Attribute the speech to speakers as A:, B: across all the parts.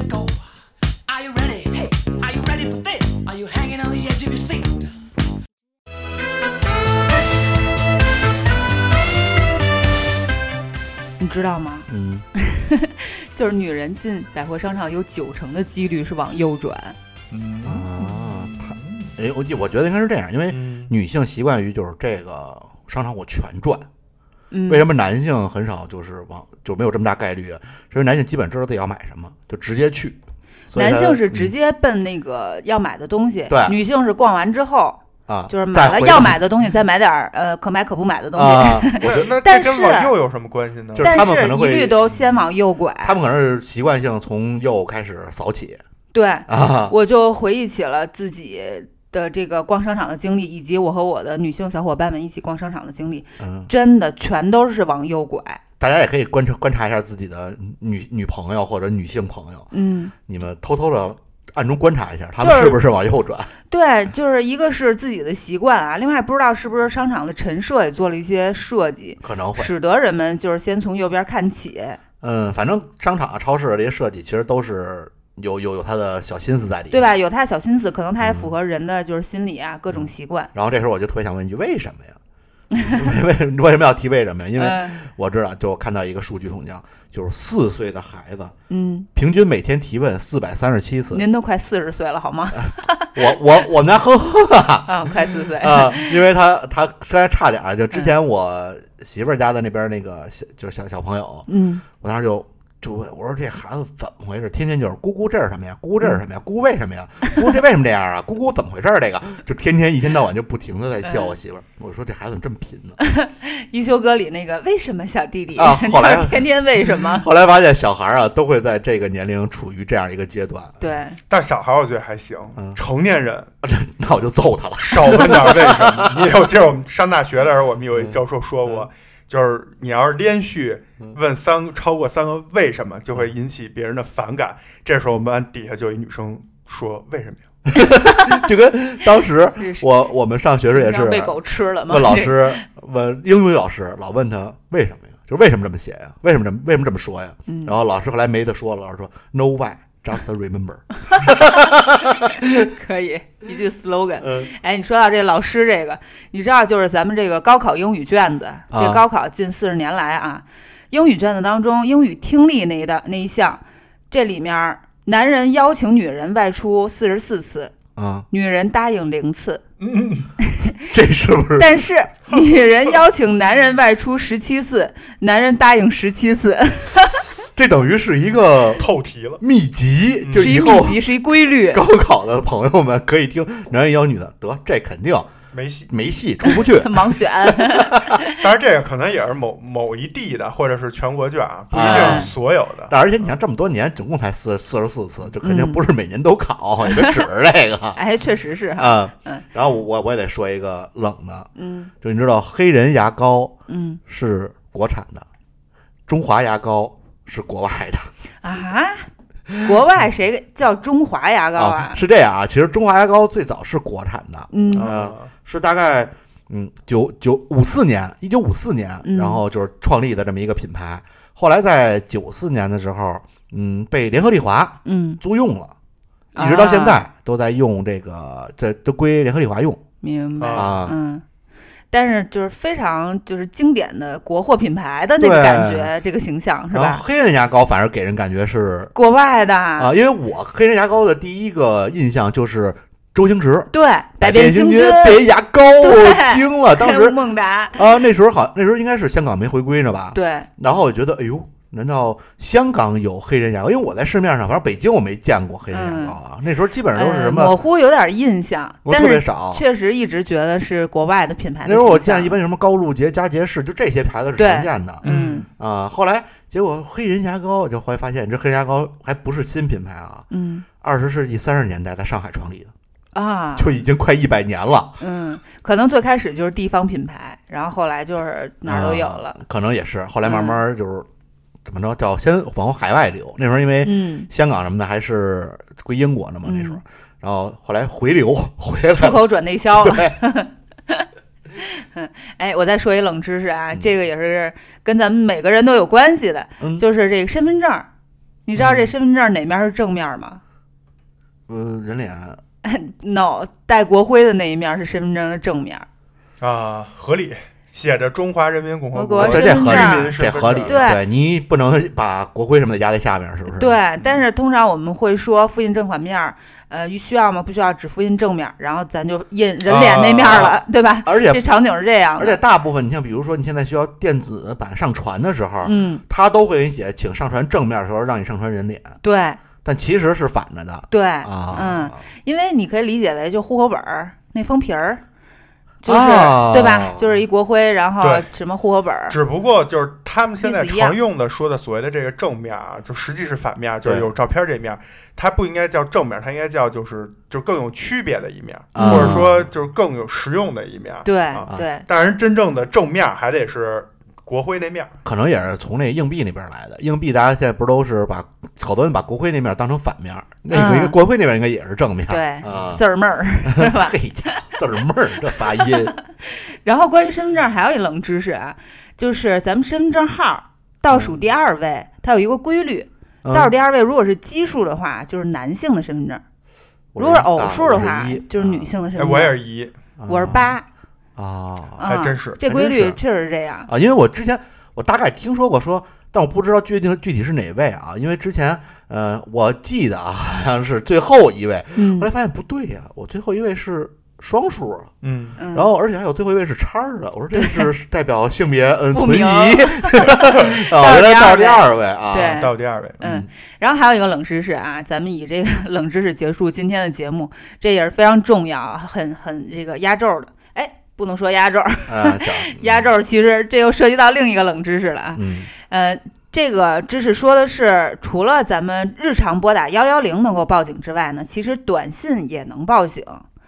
A: to go. Are you ready? Hey, are you ready for this? Are you hanging on the edge of your seat?
B: 你知道吗？
C: 嗯，
B: 就是女人进百货商场有九成的几率是往右转。
D: 嗯
C: 啊，他，哎，我我觉得应该是这样，因为
D: 嗯，
C: 女性习惯于就是这个商场我全转。
B: 嗯，
C: 为什么男性很少就是往就没有这么大概率啊？是因为男性基本知道自己要买什么，就直接去。所以
B: 男
C: 他
B: 性是直
C: 嗯
B: 接奔那个要买的东西，
C: 对
B: 女性是逛完之后
C: 啊，
B: 就是买
C: 再
B: 了
C: 回
B: 要
C: 到
B: 买的东西，再买点儿呃可买可不买的东西。
C: 啊，
D: 我觉得那这
B: 但
D: 跟
B: 是
D: 往右有什么关系呢？
C: 就是
B: 但
C: 他们可能
B: 一律
C: 会，
B: 都先往右拐。
C: 他们可能是习惯性从右开始扫起
B: 对，
C: 啊。
B: 我就回忆起了自己的这个逛商场的经历，以及我和我的女性小伙伴们一起逛商场的经历，
C: 嗯，
B: 真的全都是往右拐。
C: 大家也可以观察观察一下自己的女女朋友或者女性朋友，
B: 嗯，
C: 你们偷偷的暗中观察一下，他们
B: 就是
C: 是不是往右转？
B: 对，就是一个是自己的习惯啊，另外不知道是不是商场的陈设也做了一些设计，
C: 可能会。
B: 使得人们就是先从右边看起。
C: 嗯，反正商场、超市这些设计其实都是有有有他的小心思在里面，
B: 对？吧？有他的小心思，可能他
C: 嗯
B: 也符合人的就是心理啊，各种习惯。
C: 然后这时候我就特别想问一句，为什么呀？ 为为为什么要提为什么呀？因为嗯
B: 呃
C: 我知道，就我看到一个数据统计啊，就是四岁的孩子
B: 嗯，
C: 平均每天提问四百三十七次。
B: 您都快四十岁了，好吗？
C: 我我我们家呵呵
B: 啊，快四岁。
C: 啊，因为他他虽然差点儿，就之
B: 嗯
C: 前我媳妇儿家的那边那个小就是小小朋友，
B: 嗯，
C: 我当时就就问我说这孩子怎么回事？天天就是姑姑这是什么呀？姑姑这是什么呀？
B: 嗯
C: 姑姑为什么呀？姑姑这为什么这样啊？姑姑怎么回事儿？这个就天天一天到晚就不停的在
B: 嗯
C: 叫我媳妇儿。我说这孩子怎么这么贫呢？
B: 一休哥里那个为什么小弟弟？
C: 啊后来
B: 就是天天为什么？
C: 后来发现小孩儿啊都会在这个年龄处于这样一个阶段，
B: 对，
D: 但小孩我觉得还行
C: 嗯，
D: 成年人
C: 那我就揍他了。
D: 少问点为什么。你也有记得我们上大学的时候，我们有一教授说
C: 嗯
D: 过，就是你要是连续问三个超过三个为什么，就会引起别人的反感。这时候我们班底下就有一女生说：“为什么呀
C: 就跟当时
B: 这是
C: 我我们上学时也是啊
B: 被狗吃了吗？
C: 问老师，问英语老师，老问他为什么呀？就是为什么这么写呀？为什么这么为什么这么说呀？
B: 嗯
C: 然后老师后来没得说了，老师说 No why, just remember。
B: 这 可以一句 slogan。
C: 嗯
B: 哎，你说到这老师这个，你知道就是咱们这个高考英语卷子，
C: 啊
B: 这高考近四十年来啊，英语卷子当中英语听力那一的那一项，这里面儿男人邀请女人外出四十四次，
C: 啊，
B: 女人答应零次，
C: 这是不是
B: 但是女人邀请男人外出十七次，男人答应十七次，
C: 这等于是一个？”
D: 透题了。
C: 秘籍？就是
B: 一
C: 以
B: 秘
C: 后
B: 籍，嗯是一规律。
C: 高考的朋友们可以听男人邀女的，得这肯定
D: 没戏，
C: 没戏，出 不去
B: 盲选，
D: 当然这个可能也是某某一地的，或者是全国卷啊，不一定
C: 哎
D: 是所有的。
C: 但而且你看这么多年，总共才四四十四次，就肯定
B: 嗯
C: 不是每年都考，也就指着这个
B: 哎，确实 是哈，
C: 啊
B: 嗯。
C: 然后我我也得说一个冷的，
B: 嗯
C: 就你知道黑人牙膏
B: 嗯
C: 是国产的，中华牙膏是国外的
B: 啊，国外谁叫中华牙膏啊？
C: 是这样啊，其实中华牙膏最早是国产的，
B: 嗯
C: 啊是大概嗯九九五四年，一九五四年，
B: 嗯
C: 然后就是创立的这么一个品牌。后来在九四年的时候，嗯，被联合利华
B: 嗯，
C: 租用了，
B: 啊
C: 一直到现在都在用这个，这都归联合利华用
B: 明白
C: 啊。
B: 嗯。但是就是非常就是经典的国货品牌的那个
C: 对
B: 感觉，这个形象是
C: 然
B: 吧
C: 后？黑人牙膏反而给人感觉是
B: 国外的
C: 啊、因为我黑人牙膏的第一个印象就是周星驰
B: 对，百
C: 变
B: 星
C: 君变牙膏，我
B: 对
C: 惊了，当 时
B: 孟达，
C: 啊，那时候好，那时候应该是香港没回归呢吧？
B: 对，
C: 然后我觉得，哎呦，难道香港有黑人牙膏？因为我在市面上，反正北京我没见过黑人牙膏啊。那时候基本上都是什
B: 呃模
C: 么，
B: 糊有点印象，
C: 我
B: 嗯但
C: 特别
B: 是
C: 少。
B: 确实一直觉得是国外的品牌的
C: 那时候我
B: 形象
C: 见一般什么高露洁、佳洁士，就这些牌子是常见的
B: 嗯
D: 嗯，
C: 啊。后来结果黑人牙膏就后来发现，这黑人牙膏还不是新品牌啊，
B: 嗯
C: 二十世纪三十年代在上海创立的，
B: 啊，
C: 就已经快一百年了，
B: 嗯，可能最开始就是地方品牌，然后后来就是哪儿都有了。
C: 啊
B: 嗯
C: 可能也是后来慢慢就是怎么着叫先往海外流，那时候因为
B: 嗯，
C: 香港什么的还是归英国的嘛，那时候，然后后来回流回来
B: 出
C: 了，
B: 口转内销了。
C: 对，
B: 哎，我再说一冷知识啊，
C: 嗯
B: 这个也是跟咱们每个人都有关系的，
C: 嗯
B: 就是这个身份证儿。你知道这
C: 嗯
B: 身份证儿哪面是正面吗、
C: 呃，人脸
B: n o 带国徽的那一面是身份证的正面。
D: 啊，合理，写着中华人民共和
B: 我
D: 国
B: 国
C: 这
B: 身
C: 哦这
B: 份
C: 合
B: 证
C: 理，
B: 儿
C: 这合理，
B: 对
C: 你不能把国徽什么的压在下面，是不是？
B: 对，但是通常我们会说复印正反面儿，呃，需要吗？不需要，只复印正面儿，然后咱就印人脸
C: 啊
B: 那面儿了，对吧？
C: 而且
B: 这场景是这样的。
C: 而且大部分，你像比如说你现在需要电子版上传的时候，
B: 嗯，
C: 它都会给你写，请上传正面的时候让你上传人脸，
B: 对
C: 但其实是反着的
B: 对，
C: 啊。
B: 嗯，因为你可以理解为就户口本儿那封皮儿，就是、
C: 哦
B: 对吧？就是一国徽，然后
D: 对
B: 什么户口本儿，
D: 只不过就是他们现在
B: 意思一样
D: 常用的说的所谓的这个正面啊，就实际是反面，就是
C: 对
D: 有照片这面，它不应该叫正面，它应该叫就是就更有区别的一面，
C: 啊
D: 或者说就是更有实用的一面。
B: 对、
D: 啊
B: 对，
D: 当然，真正的正面还得是国徽那面。
C: 可能也是从那硬币那边来的。硬币大家现在不是都是把好多人把国徽那面当成反面，那个
B: 嗯
C: 应该国徽那边应该也是正面。
B: 对
C: 啊，
B: 字儿妹儿 是吧？
C: 嘿，字儿妹儿这发音，
B: 然后关于身份证还有一冷知识啊，就是咱们身份证号儿倒数第二位，它有一个规律，倒
C: 底
B: 数第二位如果是奇数的话，就是男性的身份证；如果是偶数的话，就是女。性的身
D: 哎，
B: 份证。
D: 我也是一，
C: 啊
B: 我是八
C: 啊
B: 啊，
D: 还真是
B: 这
C: 还
B: 规
C: 真
B: 律
C: 是
B: 确实是这样。
C: 啊，因为我之前我大概听说过说，但我不知道确定具体是哪位啊，因为之前呃，我记得啊，好像是最后一位，
B: 嗯
C: 后来发现不对呀、我最后一位是双数啊，
D: 嗯，
B: 嗯，
C: 然后而且还有最后一位是叉儿的，我说这是代表性别嗯
B: 不
C: 存 疑
B: 明
C: 啊，原来到第二位啊，
B: 对
D: 到第二位，
B: 嗯，然后还有一个冷知识啊，咱们以这个 冷知识结束今天的节目，这也是非常重要啊，很很这个压轴的。哎，不能说压轴，
C: 啊，讲
B: 压，轴其实这又涉及到另一个冷知识了啊。
C: 嗯
B: 呃，这个知识说的是，除了咱们日常拨打幺幺零能够报警之外呢，其实短信也能报警，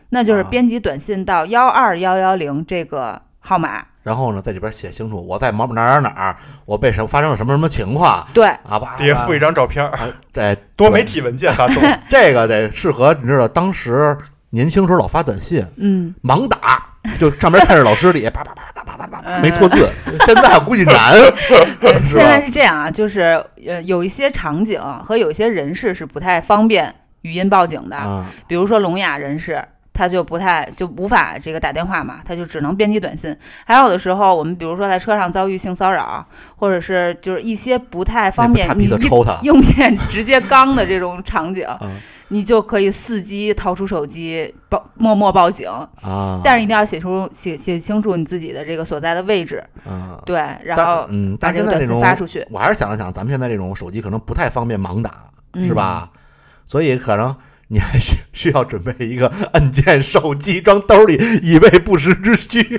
B: 那就是
C: 啊
B: 编辑短信到幺二幺幺零这个号码。
C: 嗯，然后呢，在里边写清楚我在某某哪儿哪儿哪儿，我被什么发生了什么什么情况
B: 对，
C: 啊吧，
D: 底下附一张照片，
C: 啊，对，
D: 多媒体文件发送。
C: 这个得适合你知道当时。年轻时候老发短信，
B: 嗯，
C: 盲打，就上边看着老师里啪啪啪啪啪啪啪，
B: 嗯
C: 没错字。现在估计 难，是
B: 现在
C: 吧？
B: 是这样啊，就是呃，有一些场景和有一些人士是不太方便语音报警的，
C: 啊，
B: 比如说聋哑人士。他就不太就无法这个打电话嘛，他就只能编辑短信。还有的时候，我们比如说在车上遭遇性骚扰，或者是就是一些不太方便
C: 他
B: 你
C: 逼的
B: 硬
C: 抽他，
B: 硬片直接刚的这种场景，
C: 嗯
B: 你就可以伺机掏出手机报默默报警，
C: 啊，
B: 但是一定要写出写写清楚你自己的这个所在的位置，
C: 嗯，
B: 对，然
C: 但
B: 后
C: 嗯，但
B: 把这
C: 现
B: 个
C: 在这
B: 短信
C: 种
B: 发出去，
C: 我还是想了想，咱们现在这种手机可能不太方便盲打，
B: 嗯
C: 是吧？所以可能你还需需要准备一个按键手机装兜里，以备不时之 需。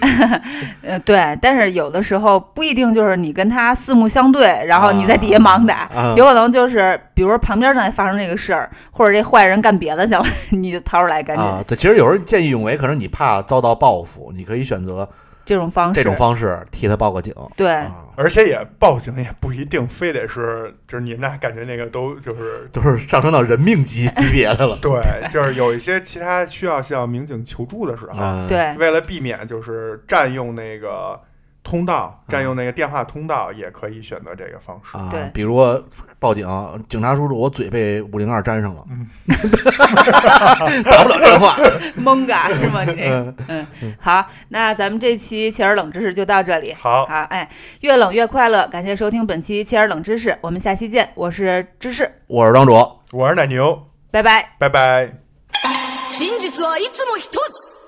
B: 呃，对，但是有的时候不一定就是你跟他四目相对，然后你在底下盲打，
C: 啊
B: 有可能就是比如说旁边正在发生这个事儿，或者这坏人干别的去了， 你就掏出来赶紧、
C: 啊，对，其实有时候见义勇为，可能你怕遭到报复，你可以选择
B: 这种方式，
C: 这种方式替他报个警。
B: 对、
C: 啊，
D: 而且也报警也不一定非得是，就是你那感觉那个都就是。
C: 都是上升到人命级级别的了
D: 对，就是有一些其他需要向民警求助的时候，
C: 嗯，
B: 对，
D: 为了避免就是占用那个通道，占用那个电话通道，也可以选择这个方式。
C: 啊
B: 对，
C: 比如我报警，警察叔叔，我嘴被五零二粘上了，
D: 嗯
C: 打不了电话。
B: 懵嘎是吗？你这个，
C: 嗯
B: 嗯，好，那咱们这期切尔冷知识就到这里。
D: 好，
B: 好，哎，越冷越快乐，感谢收听本期切尔冷知识，我们下期见，我是芝士，
C: 我是庄主。
D: 我是奶牛，
B: 拜拜。
D: 拜拜。
E: 真実はいつも一つ